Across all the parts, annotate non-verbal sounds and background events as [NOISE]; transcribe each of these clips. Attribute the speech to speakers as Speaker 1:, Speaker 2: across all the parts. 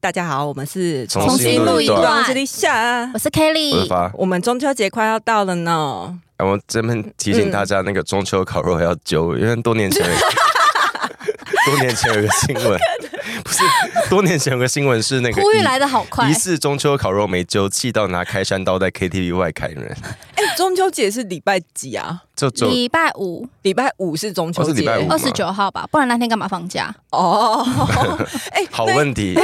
Speaker 1: 大家好，我们是
Speaker 2: 重新录一段
Speaker 1: 我是 Lisa
Speaker 3: [LAUGHS] 我。是 Kelly，
Speaker 2: 我是发。
Speaker 1: 我们中秋节快要到了呢，
Speaker 2: 哎我这边提醒
Speaker 3: 嗯
Speaker 2: 大家，那个中秋烤肉还要揪，因为多年
Speaker 3: [LAUGHS]
Speaker 2: 前有，多年前有个新闻，不是多年前有个新闻是那个
Speaker 3: 呼吁
Speaker 2: 疑
Speaker 3: 来得好快
Speaker 2: 疑似中秋烤肉没揪，气到拿开山刀在 KTV 外砍人，
Speaker 1: 哎、中秋节是礼拜几啊？
Speaker 2: 就就
Speaker 3: 礼拜五
Speaker 1: 礼拜五是中秋
Speaker 2: 哦
Speaker 1: 节，
Speaker 2: 是礼拜五
Speaker 3: 二十九号吧，不然那天干嘛放假？
Speaker 1: 哦，哎、
Speaker 2: 好
Speaker 1: 那
Speaker 2: 问
Speaker 3: [LAUGHS]
Speaker 2: 题，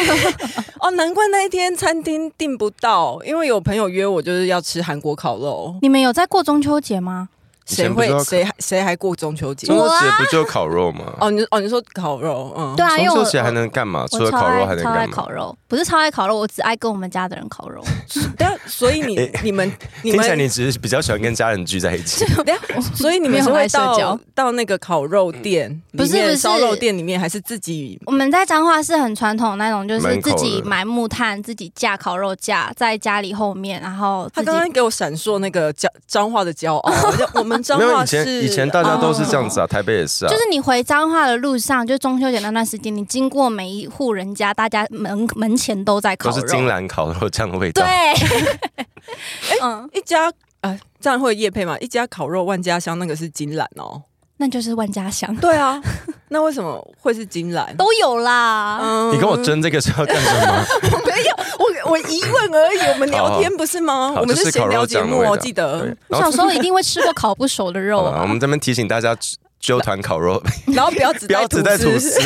Speaker 1: 哦，难怪那一天餐厅订不到，因为有朋友约我就是要吃韩国烤肉，
Speaker 3: 你们有在过中秋节吗？
Speaker 2: 以
Speaker 1: 谁
Speaker 2: 前不
Speaker 1: 会
Speaker 2: 是要
Speaker 1: 谁还谁还过中秋节
Speaker 2: 中？秋
Speaker 3: 我啊
Speaker 2: 节不就烤肉吗？
Speaker 1: 哦，你哦你说烤肉，嗯，
Speaker 3: 对啊，因
Speaker 2: 中
Speaker 3: 为我
Speaker 2: 秋节还能干嘛？除
Speaker 3: 我
Speaker 2: 了
Speaker 3: 超
Speaker 2: 烤肉还
Speaker 3: 爱
Speaker 2: 能
Speaker 3: 超爱
Speaker 2: 干
Speaker 3: 烤
Speaker 2: 嘛？
Speaker 3: 肉，不是超爱烤肉，我只爱跟我们家的人烤肉。 [LAUGHS]
Speaker 1: 但所
Speaker 2: [LAUGHS]
Speaker 1: 以你你们你
Speaker 2: 听起来你
Speaker 1: 们。
Speaker 2: 只是比较喜欢跟家人聚在一起，
Speaker 1: 等一下所以你们是
Speaker 3: 没有
Speaker 1: 会
Speaker 3: 爱社
Speaker 1: 到
Speaker 3: 交
Speaker 1: 到那个烤肉店，
Speaker 3: 不是
Speaker 1: 里面
Speaker 3: 不是
Speaker 1: 烧肉店里面，还是自己
Speaker 3: 我们在彰化是很传统的那种，就是
Speaker 2: 门口的
Speaker 3: 自己买木炭，自己架烤肉架，在家里后面，然后
Speaker 1: 他
Speaker 3: 自己
Speaker 1: 刚
Speaker 2: 啊
Speaker 1: 刚给我闪烁那个彰彰化的骄傲， [LAUGHS] 我就我们彰
Speaker 2: 没有
Speaker 1: 化
Speaker 2: 以前
Speaker 1: 是
Speaker 2: 以前大家都是这样子
Speaker 1: 啊。
Speaker 2: 啊，台北也是啊，
Speaker 3: 哦就是你回彰化的路上，就中秋节那段时间，你经过每一户人家，大家门门前都在烤
Speaker 2: 都
Speaker 3: 肉
Speaker 2: 是，金兰烤肉酱的味道
Speaker 3: 对。 [LAUGHS] 嗯，
Speaker 1: 一家哎，这样会夜配嘛？一家烤肉万家香，那个是金兰哦。
Speaker 3: 那就是万家香
Speaker 1: 对啊， [LAUGHS] 那为什么会是金兰？
Speaker 3: 都有啦。
Speaker 1: 嗯
Speaker 2: 你跟我争这个是要干什么？
Speaker 1: 没有，我我疑问而 [LAUGHS] 已。我们聊天不是吗？
Speaker 2: 好
Speaker 1: 我们
Speaker 2: 就是是烤
Speaker 1: 闲
Speaker 2: 肉
Speaker 1: 聊节
Speaker 2: 酱的
Speaker 1: 目
Speaker 2: 味
Speaker 1: 哦，
Speaker 2: 道
Speaker 1: 记得。
Speaker 3: 我
Speaker 2: 然后
Speaker 3: 小时候一定会吃过烤不熟的
Speaker 2: [LAUGHS]
Speaker 3: 肉
Speaker 2: 好了，我
Speaker 3: 啊。
Speaker 2: 们这边提醒大家揪揪团烤肉，
Speaker 1: 然后不要只
Speaker 2: [LAUGHS] 不要只在吐司。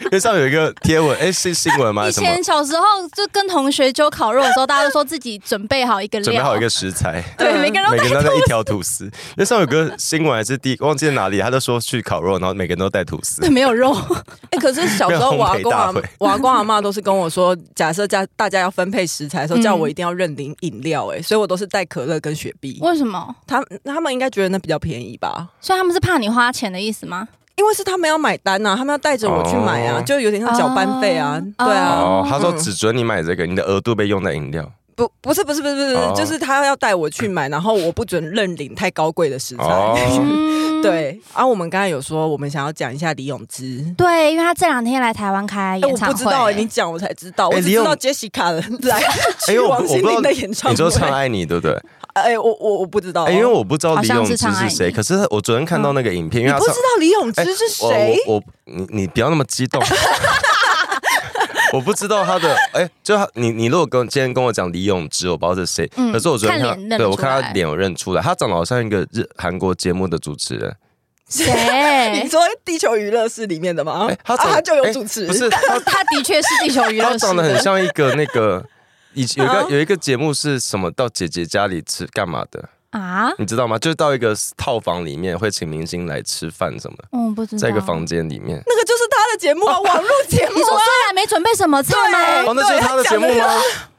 Speaker 2: 因为上面有一个贴文，哎，是新闻吗？还
Speaker 3: 以
Speaker 2: 是什么
Speaker 3: 前？小时候就跟同学揪烤肉的时候，大家都说自己准备好一个料，
Speaker 2: 准备好一个嗯食材，
Speaker 3: 对，每个人都
Speaker 2: 每个人都带一条吐司。因为上面有个新闻还是第，忘记哪里，他就说去烤肉，然后每个人都带吐司
Speaker 3: 对。没有肉，
Speaker 1: [LAUGHS]
Speaker 3: [LAUGHS]
Speaker 1: 哎，可是小时候
Speaker 2: [LAUGHS] 没有
Speaker 1: 我阿
Speaker 2: 烘焙
Speaker 1: 公阿
Speaker 2: 大会
Speaker 1: 我阿公阿妈都是跟我说，假设家大家要分配食材的时候，
Speaker 3: 嗯
Speaker 1: 叫我一定要认领饮料，哎，所以我都是带可乐跟雪碧。
Speaker 3: 为什么？
Speaker 1: 他他们应该觉得那比较便宜吧？
Speaker 3: 所以他们是怕你花钱的意思吗？
Speaker 1: 因为是他们要买单呐、啊，他们要带着我去买啊，
Speaker 2: 哦
Speaker 1: 就有点像搅拌费啊，
Speaker 3: 哦
Speaker 1: 对啊，
Speaker 2: 哦，他说只准你买这个，你的额度被用在饮料。
Speaker 1: 不不是不是不是不是，
Speaker 2: 哦
Speaker 1: 就是他要带我去买，然后我不准认领太高贵的食材。
Speaker 2: 哦，
Speaker 3: [LAUGHS]
Speaker 1: [LAUGHS]
Speaker 3: 嗯，
Speaker 1: 对，啊，我们刚才有说我们想要讲一下李永芝。
Speaker 3: 对，因为他这两天来台湾开
Speaker 1: 哎，我
Speaker 3: 演唱
Speaker 1: 不
Speaker 3: 会，
Speaker 1: 知道哎、你讲我才知道，
Speaker 2: 哎
Speaker 1: 我只
Speaker 2: 李
Speaker 1: 知
Speaker 2: 咏
Speaker 1: 道 Jessica 来去
Speaker 2: 因为哎我
Speaker 1: 王
Speaker 2: 我不
Speaker 1: 心
Speaker 2: 知道
Speaker 1: 凌的演唱
Speaker 2: 你就唱
Speaker 1: 会。
Speaker 2: 爱你，对不对？
Speaker 1: 哎，我我我不知道哦，
Speaker 2: 哎，因为我不知道
Speaker 3: 好
Speaker 2: 李
Speaker 3: 像
Speaker 2: 永
Speaker 3: 是
Speaker 2: 芝
Speaker 3: 唱爱
Speaker 2: 是
Speaker 3: 你
Speaker 2: 谁，可是我昨天看到那个影片，因
Speaker 1: 你
Speaker 2: 为他
Speaker 1: 不知
Speaker 2: 唱。哎
Speaker 1: 道李永芝是
Speaker 2: 我
Speaker 1: 谁，
Speaker 2: 我我你你不要那么激动。我不知道他的，哎、就他你你如果跟今天跟我讲李永芝，我不知道是谁，
Speaker 3: 嗯
Speaker 2: 可是我昨天
Speaker 3: 看
Speaker 2: 看
Speaker 3: 脸
Speaker 2: 他，对
Speaker 3: 认得
Speaker 2: 我
Speaker 3: 出来
Speaker 2: 看他脸我认出来，他长得好像一个日韩国节目的主持人，
Speaker 1: [LAUGHS] 你
Speaker 3: 谁？
Speaker 1: 说地球娱乐室里面的吗？
Speaker 2: 哎他
Speaker 1: 啊
Speaker 2: 长
Speaker 1: 他就有
Speaker 2: 哎
Speaker 1: 主持，
Speaker 2: 不是他
Speaker 3: 他的确是地球娱乐
Speaker 2: 他
Speaker 3: 室的，
Speaker 2: 长得很像一个那个。以有一
Speaker 1: 啊
Speaker 2: 个有一个节目是什么？到姐姐家里吃干嘛的？
Speaker 3: 啊，
Speaker 2: 你知道吗？就是到一个套房里面，会请明星来吃饭什么的，
Speaker 3: 嗯，不知道，
Speaker 2: 在一个房间里面。
Speaker 1: 那个就是他的节目啊，网络节目
Speaker 3: 你说
Speaker 1: 啊。
Speaker 3: 虽然没准备什么菜
Speaker 1: 对
Speaker 3: 吗？
Speaker 2: 哦，那就是他的节目吗？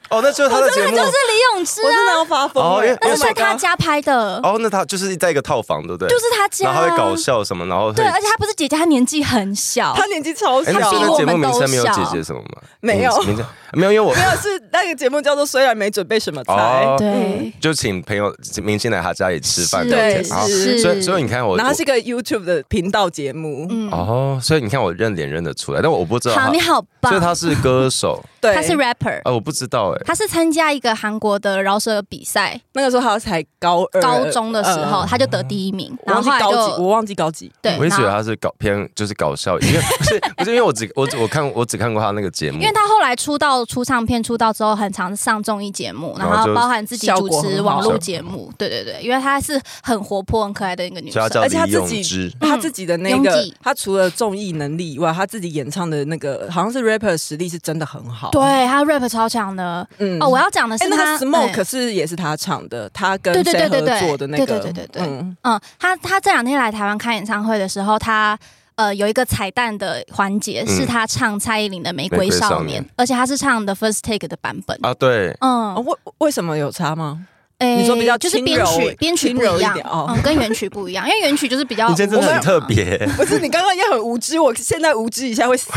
Speaker 2: 哦，那就是他的节目。
Speaker 3: 就是李永芝
Speaker 1: 我真的
Speaker 3: 啊，
Speaker 1: 要发疯
Speaker 2: 哦
Speaker 1: 了、
Speaker 2: 因为
Speaker 3: 那是
Speaker 2: Oh
Speaker 3: 在
Speaker 2: my
Speaker 3: 他家拍的，
Speaker 2: 哦，那他就是在一个套房，对不对？
Speaker 3: 就是他家
Speaker 2: 然
Speaker 3: 啊，
Speaker 2: 后他会搞笑什么，然后会
Speaker 3: 对，而且他不是姐姐，他年纪很小，
Speaker 1: 他年纪超小，
Speaker 2: 哎，那
Speaker 3: 他
Speaker 2: 时
Speaker 3: 比
Speaker 2: 候
Speaker 3: 我
Speaker 2: 节目
Speaker 3: 们
Speaker 2: 名
Speaker 3: 都
Speaker 2: 称没有
Speaker 3: 小
Speaker 2: 姐姐什么吗？
Speaker 1: 没有
Speaker 2: 名名称没有，因为我
Speaker 1: 没有是那个节目叫做《虽然没准备什么菜》
Speaker 2: 哦
Speaker 3: 对，
Speaker 2: 就请朋友明星来他家里吃饭
Speaker 3: 是
Speaker 2: 聊天
Speaker 1: 对，
Speaker 2: 然后
Speaker 3: 是
Speaker 2: 所以所以你看我
Speaker 1: 然后它是一个 YouTube 的频道节目，
Speaker 3: 嗯，
Speaker 2: 哦，所以你看我认脸认得出来，但我不知道
Speaker 3: 好，
Speaker 2: 他
Speaker 3: 你，好棒，
Speaker 2: 所以他是歌手
Speaker 1: 对，
Speaker 3: 他是 rapper，
Speaker 2: 啊，我不知道哎，
Speaker 3: 他是参加一个韩国的饶舌比赛，
Speaker 1: 那个时候他才高二
Speaker 3: 高中的时候
Speaker 1: 呃
Speaker 3: 他就得第一名，
Speaker 1: 我
Speaker 3: 然后
Speaker 1: 忘记
Speaker 3: 后来
Speaker 1: 高几，
Speaker 3: 就
Speaker 1: 我忘记高几，
Speaker 3: 对，
Speaker 2: 我一直
Speaker 3: 然
Speaker 2: 觉得
Speaker 3: 后
Speaker 2: 他是搞偏就是搞笑，因为不是不是因为我只我只我看我只看过他那个节目
Speaker 3: 因为，他后来出道到出唱片出道之后，很常上综艺节目，然
Speaker 2: 然后
Speaker 3: 后
Speaker 2: 就
Speaker 3: 包含自己
Speaker 1: 效
Speaker 3: 主
Speaker 1: 果
Speaker 3: 持
Speaker 1: 很
Speaker 3: 网
Speaker 2: 好
Speaker 3: 络节目。对对对，因为她是很活泼、很可爱的一个女
Speaker 2: 所以
Speaker 3: 生
Speaker 2: 她。叫
Speaker 1: 而且他
Speaker 2: 李
Speaker 1: 自
Speaker 2: 永
Speaker 1: 己
Speaker 2: 芝，
Speaker 1: 他自己的那
Speaker 3: 嗯
Speaker 1: 个
Speaker 3: 永基，
Speaker 1: 他除了综艺能力以外，他自己演唱的那个好像是 rapper 实力是真的很好。
Speaker 3: 对她 rap 超强的。
Speaker 1: 嗯
Speaker 3: 哦，我要讲的
Speaker 1: 哎
Speaker 3: 是，
Speaker 1: 那
Speaker 3: 她
Speaker 1: 个 Smoke
Speaker 3: 哎
Speaker 1: 是也是他唱的，他跟
Speaker 3: 对对
Speaker 1: 谁
Speaker 3: 对
Speaker 1: 合
Speaker 3: 对对
Speaker 1: 作的那个，
Speaker 3: 对对对对对
Speaker 1: 嗯，
Speaker 3: 嗯，他他这两天来台湾开演唱会的时候，他呃有一个彩蛋的环节，
Speaker 2: 嗯
Speaker 3: 是他唱蔡依林的《玫瑰
Speaker 2: 玫瑰
Speaker 3: 少
Speaker 2: 少
Speaker 3: 年》
Speaker 2: 年
Speaker 3: 而且他是唱的 First Take 的版本。
Speaker 2: 啊，对，
Speaker 1: 哦
Speaker 3: 嗯，
Speaker 1: 为为什么有差吗？
Speaker 3: 诶
Speaker 1: 你说比较
Speaker 3: 就是
Speaker 1: 轻
Speaker 3: 编
Speaker 1: 柔
Speaker 3: 曲编曲
Speaker 1: 轻
Speaker 3: 不
Speaker 1: 柔
Speaker 3: 一
Speaker 1: 一
Speaker 3: 样
Speaker 1: 点哦
Speaker 3: 嗯，跟原曲不一样，因为原曲就是比较
Speaker 2: 你今天真的很特别、
Speaker 1: 不是你刚刚也很无知，我现在无知一下会死。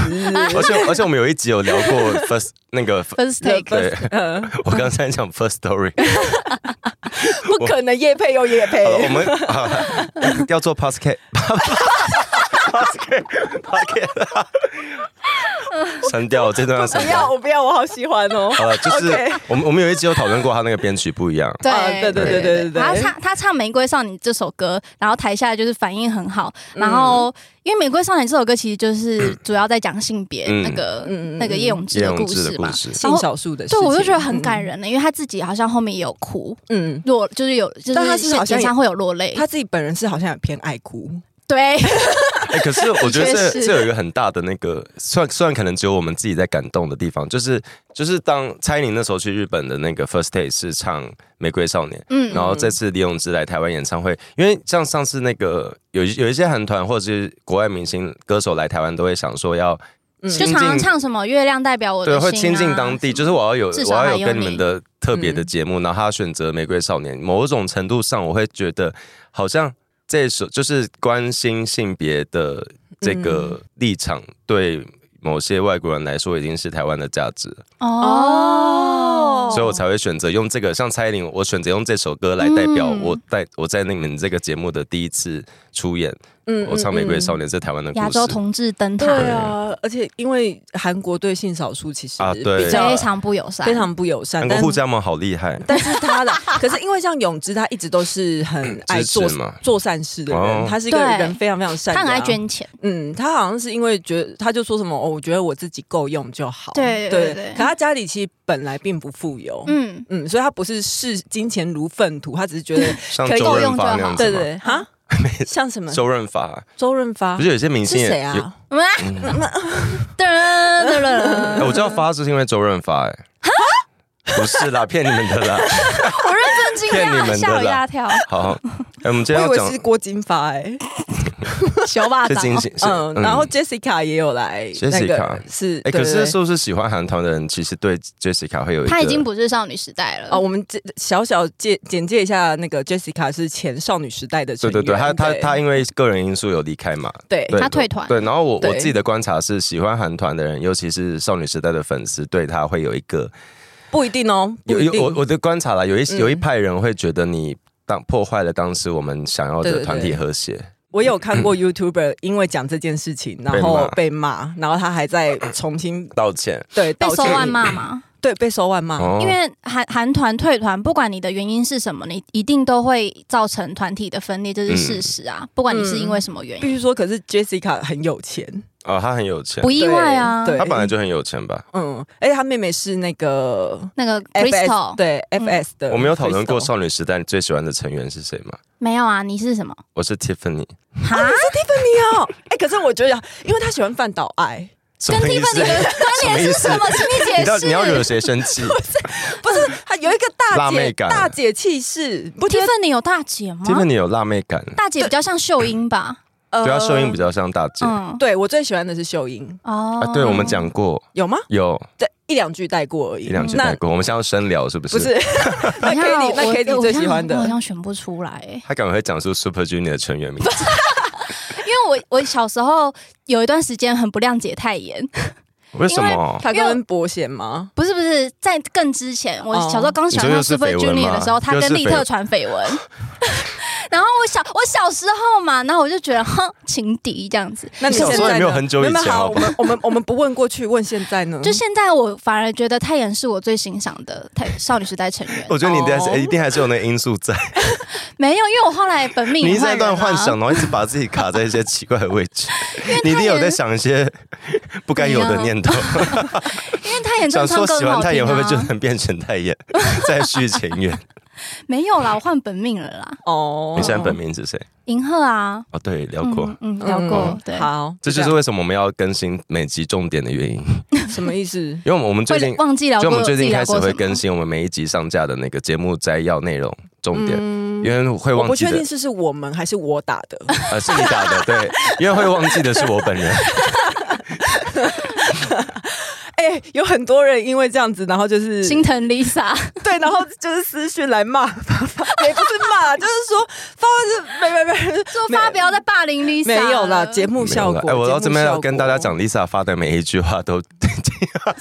Speaker 2: 而且而且我们有一集有聊过 first
Speaker 1: [LAUGHS]
Speaker 2: 那个
Speaker 3: First Take，
Speaker 2: 对，
Speaker 1: 嗯
Speaker 2: 我刚才讲 first story，
Speaker 1: 不可能，叶配又叶配
Speaker 2: 好了，我们好了要做 podcast。podcast podcast 删掉这段要删
Speaker 1: 不要，
Speaker 2: 掉。
Speaker 1: 我不要，我好喜欢哦。
Speaker 2: 好了，就是
Speaker 1: OK
Speaker 2: 我们我们有一集有讨论过他那个编曲不一样，
Speaker 3: 对
Speaker 1: 啊对对对对对对
Speaker 3: 他唱他唱《玫瑰少女》这首歌，然后台下就是反应很好，然后、因为《玫瑰少女》这首歌其实就是主要在讲性别、
Speaker 2: 嗯
Speaker 3: 那个、
Speaker 1: 嗯嗯嗯
Speaker 3: 那个叶永志
Speaker 2: 叶
Speaker 3: 的
Speaker 2: 永
Speaker 3: 故
Speaker 2: 志的
Speaker 3: 事
Speaker 2: 故
Speaker 3: 嘛，
Speaker 2: 事。
Speaker 1: 性少数的事
Speaker 3: 对，
Speaker 1: 情，
Speaker 3: 哦我就觉得很
Speaker 2: 嗯
Speaker 3: 感人呢、欸因为他自己好像后面也有哭，
Speaker 1: 嗯。嗯，
Speaker 3: 落就是有，就是
Speaker 1: 但他是好像
Speaker 3: 演唱会有落泪，
Speaker 1: 他自己本人是好像也偏爱哭，
Speaker 3: 对
Speaker 2: 哎、可是我觉得
Speaker 3: 的确
Speaker 2: 这
Speaker 3: 是
Speaker 2: 这有一个很大的那个，虽然虽然可能只有我们自己在感动的地方，就是就是当蔡依林那时候去日本的那个 First Day 是唱《玫瑰少年》，
Speaker 3: 嗯
Speaker 2: 然后这次李永芝来台湾演唱会，因为像上次那个有一有一些韩团或者是国外明星歌手来台湾，都会想说要
Speaker 1: 嗯
Speaker 3: 就
Speaker 2: 亲
Speaker 3: 常常
Speaker 2: 近，
Speaker 3: 唱什么月亮代表我的
Speaker 2: 对，
Speaker 3: 心、啊，
Speaker 2: 会亲近当地，就是我要有
Speaker 3: 至
Speaker 2: 我
Speaker 3: 少还
Speaker 2: 要
Speaker 3: 有
Speaker 2: 有跟你们
Speaker 3: 你嗯
Speaker 2: 的特别的节目，然后他选择《玫瑰少年》，某种程度上我会觉得好像这首就是关心性别的这个
Speaker 3: 嗯
Speaker 2: 立场对。某些外国人来说，已经是台湾的价值了，
Speaker 3: 哦
Speaker 1: 哦，
Speaker 2: 所以我才会选择用这个，像蔡依林，我选择用这首歌来代表
Speaker 3: 嗯
Speaker 2: 我在我在你们这个节目的第一次出演，
Speaker 1: 嗯
Speaker 2: 我唱《玫瑰少
Speaker 1: 年。
Speaker 2: 年》在台湾的故事。
Speaker 3: 亚洲同志灯塔
Speaker 1: 对啊，而且因为韩国对性少数其实
Speaker 2: 啊对
Speaker 1: 比较
Speaker 3: 非常不友善，
Speaker 1: 非常不友善，
Speaker 2: 韩国
Speaker 1: 但
Speaker 2: 互加盟好厉害，
Speaker 1: [LAUGHS] 但是他的，可是因为像泳之，他一直都是很爱做
Speaker 2: 支持嘛
Speaker 1: 做善事的人，
Speaker 2: 哦
Speaker 1: 他是一个
Speaker 3: 对
Speaker 1: 人非常非常善
Speaker 3: 他
Speaker 1: 良，啊
Speaker 3: 很爱，捐钱，
Speaker 1: 嗯，他好像是因为觉得，他就说什么哦，我觉得我自己够用就好，
Speaker 3: 对对对
Speaker 1: 可他家里其实本来并不富有，嗯
Speaker 3: [LAUGHS] 嗯，
Speaker 1: 所以他不是视金钱如粪土，他只是觉
Speaker 2: [LAUGHS]
Speaker 1: 得，
Speaker 2: 像
Speaker 1: 可以
Speaker 2: 周
Speaker 3: 够
Speaker 2: 润
Speaker 3: 用
Speaker 2: 发
Speaker 3: 就
Speaker 2: 那样
Speaker 3: 好
Speaker 2: 子
Speaker 1: 对
Speaker 2: 吗
Speaker 1: 对对哈，
Speaker 2: [LAUGHS]
Speaker 1: 像什么
Speaker 2: 周润发，
Speaker 1: 周润发
Speaker 2: 不是有些明
Speaker 1: 是
Speaker 2: 星也
Speaker 1: 谁
Speaker 2: 有
Speaker 1: 啊？
Speaker 3: 我们噔噔噔
Speaker 2: [LAUGHS] 哎，我知道发是因为周润发，哎， [LAUGHS] 不是啦，骗你们的啦。
Speaker 3: 我认真惊
Speaker 2: 骗你们的啦
Speaker 3: 讶，吓我一
Speaker 2: [LAUGHS]
Speaker 3: 大跳，
Speaker 2: 好，哎，我们今
Speaker 1: 我
Speaker 2: 天
Speaker 1: 以
Speaker 2: 要
Speaker 1: 为
Speaker 2: 讲
Speaker 1: 是郭金发哎、
Speaker 3: 小巴
Speaker 2: 是
Speaker 3: 掌，
Speaker 2: 金星，是
Speaker 1: 嗯，然后 Jessica 也有来那
Speaker 2: Jessica
Speaker 1: 个是，
Speaker 2: 哎，
Speaker 1: 对
Speaker 2: 可
Speaker 1: 对
Speaker 2: 是
Speaker 1: 对
Speaker 2: 是不是喜欢韩团的人，其实对 Jessica 会有一个
Speaker 3: 她已经不是少女时代了
Speaker 1: 哦，我们介小小介简介一下，那个 Jessica 是前少女时代的成
Speaker 2: 对对
Speaker 1: 员，
Speaker 2: 对，他他他因为个人因素有离开嘛，
Speaker 1: 对
Speaker 2: 对
Speaker 3: 他退团
Speaker 2: 对，然后我
Speaker 1: 对
Speaker 2: 我自己的观察是，喜欢韩团的人，尤其是少女时代的粉丝，对他会有一个
Speaker 1: 不一定哦，
Speaker 2: 有
Speaker 1: 不一定
Speaker 2: 有我我的观察啦，有一
Speaker 1: 嗯
Speaker 2: 有一派人会觉得你当破坏了当时我们想要
Speaker 1: 对对
Speaker 2: 的
Speaker 1: 对
Speaker 2: 团体和谐，
Speaker 1: 我有看
Speaker 2: [CLEARS THROAT]
Speaker 1: 过 YouTuber 因为讲这件事情，然后被骂，然后他还在重新
Speaker 2: [COUGHS] 道歉
Speaker 1: 对道
Speaker 3: 被收
Speaker 1: 歉，
Speaker 3: 万骂嘛，
Speaker 1: 对被收万骂，
Speaker 2: 哦
Speaker 3: 因为韩韩团退团，不管你的原因是什么，你一定都会造成团体的分裂，
Speaker 2: 嗯
Speaker 3: 这是事实啊。不管你是因为什么原
Speaker 1: 必
Speaker 3: 因，
Speaker 1: 须说，可是 Jessica 很有钱，
Speaker 2: 哦，他很有钱
Speaker 3: 不，意外啊。
Speaker 1: 对
Speaker 2: 他本来就很有钱吧？
Speaker 1: 嗯，而且他妹妹是那个
Speaker 3: 那个
Speaker 1: FS
Speaker 3: Crystal 嗯
Speaker 1: 对 FS 的，
Speaker 2: 我们有讨论过
Speaker 1: Crystal
Speaker 2: 少女时代你最喜欢的成员是谁吗？
Speaker 3: 没有啊，你
Speaker 2: [LAUGHS]
Speaker 3: 是什么？
Speaker 2: 我是 Tiffany，
Speaker 3: 哈，
Speaker 1: 你好，哎、可是我觉得，因为他喜欢范岛爱，
Speaker 2: 什
Speaker 3: 跟
Speaker 2: 么
Speaker 3: Tiffany
Speaker 2: 意思？
Speaker 3: 的
Speaker 2: [LAUGHS]
Speaker 3: 关联是什么？请你
Speaker 2: 你
Speaker 3: 解
Speaker 2: 到
Speaker 3: 释。
Speaker 2: 底你要惹谁生
Speaker 1: [LAUGHS]
Speaker 2: 气？
Speaker 1: 不是他有一个大
Speaker 2: 辣妹
Speaker 1: 姐
Speaker 2: 感
Speaker 1: 大姐气势，不觉得
Speaker 3: Tiffany 有大姐吗？
Speaker 2: Tiffany 有辣妹感，
Speaker 3: 大姐比较像秀英吧？
Speaker 1: 呃哦
Speaker 2: 对她声音比较像大姐啊。
Speaker 3: 嗯，
Speaker 1: 对我最喜欢的是秀英，
Speaker 3: 哦，
Speaker 2: 对，我们讲过
Speaker 1: 有吗？
Speaker 2: 有
Speaker 1: 对，一两句带过而已，
Speaker 2: 一两句带过，我们现在要深聊是不
Speaker 1: 那不
Speaker 2: 是？
Speaker 1: 是那
Speaker 3: 等一下
Speaker 1: Kitty 那
Speaker 3: 我
Speaker 1: Kitty
Speaker 3: 我
Speaker 1: 最喜欢
Speaker 3: 我好
Speaker 1: 的，
Speaker 3: 像选不出来欸。
Speaker 2: 他赶快会讲出 Super Junior 的成员名字，
Speaker 3: [LAUGHS] 因为我我小时候有一段时间很不谅解泰妍，
Speaker 2: 为什么？
Speaker 1: 他跟伯贤吗？
Speaker 3: 不是不是，在更之前，
Speaker 1: 哦
Speaker 3: 我小时候刚喜欢
Speaker 2: 你说又是
Speaker 3: 上 Super
Speaker 2: 绯闻
Speaker 3: Junior
Speaker 2: 吗
Speaker 3: 的时候，他
Speaker 2: 又
Speaker 3: 跟
Speaker 2: 是
Speaker 3: 利
Speaker 2: 绯
Speaker 3: 特
Speaker 2: 闻
Speaker 3: 传绯闻。 [LAUGHS] 然后我小我小时候嘛，然后我就觉得 [LAUGHS] 哼情敌这样子，
Speaker 1: 那你
Speaker 2: 小时
Speaker 1: 现
Speaker 2: 候
Speaker 1: 在
Speaker 2: 也没有
Speaker 1: 呢
Speaker 2: 很久以前哦
Speaker 1: 没有没有好，
Speaker 2: 好
Speaker 1: 我
Speaker 2: 不
Speaker 1: 们我们我们不问过去，问现在呢？
Speaker 3: 就现在我反而觉得泰妍是我最欣赏的泰少女时代成员
Speaker 2: 我，觉得你
Speaker 1: 哦
Speaker 2: 的一定还是有那个因素在，
Speaker 3: 没有，因为我后来本命
Speaker 2: 你一
Speaker 3: 也
Speaker 2: 直在乱
Speaker 3: 换人啊 [LAUGHS]
Speaker 2: 幻想，然后一直把自己卡在一些奇怪的位置，你一定有在想一些不该有的念头，
Speaker 3: 因为泰妍真
Speaker 2: [LAUGHS] 想
Speaker 3: 的
Speaker 2: 说
Speaker 3: 唱歌
Speaker 2: 喜
Speaker 3: 啊很
Speaker 2: 欢
Speaker 3: 好
Speaker 2: 太
Speaker 3: 听
Speaker 2: 妍会不会就
Speaker 3: 啊。哦
Speaker 2: 能变成太妍，再续前
Speaker 3: [LAUGHS]
Speaker 2: 缘？
Speaker 3: 没有啦，我换本命了啦，
Speaker 1: 哦
Speaker 2: 你现在本名是谁？
Speaker 3: 银赫啊，
Speaker 2: 哦，对，聊过。
Speaker 3: 嗯嗯，聊过
Speaker 1: 嗯，
Speaker 3: 对，
Speaker 1: 好，
Speaker 2: 这就是
Speaker 1: 样
Speaker 2: 为什么我们要更新每集重点的原因，
Speaker 1: 什么意思？
Speaker 2: 因为我们最近
Speaker 3: 会忘记聊
Speaker 2: 就
Speaker 3: 过，
Speaker 2: 我们最近开始
Speaker 3: 自己
Speaker 2: 会
Speaker 3: 聊过什么
Speaker 2: 更新我们每一集上架的那个节目摘要内容重点，
Speaker 3: 嗯
Speaker 2: 因为会
Speaker 1: 我
Speaker 2: 忘
Speaker 1: 不
Speaker 2: 记
Speaker 1: 确
Speaker 2: 的
Speaker 1: 定，是是我们还是我打的， [LAUGHS]
Speaker 2: 呃，是你打的，对，因为会忘记的是我本人，
Speaker 1: 哎、有很多人因为这样子，然后就是
Speaker 3: 心疼 Lisa，
Speaker 1: 对，然后就是私讯来骂， [LAUGHS] 也不是骂，就是说发是没没 [LAUGHS] 没，
Speaker 3: 说发表在霸凌 Lisa，
Speaker 1: 没有啦，节目效
Speaker 2: 没有啦哎，
Speaker 1: 果。
Speaker 2: 我到
Speaker 1: 节
Speaker 2: 这边
Speaker 1: 目效
Speaker 2: 要
Speaker 1: 果
Speaker 2: 跟大家讲，Lisa 发的每一句话都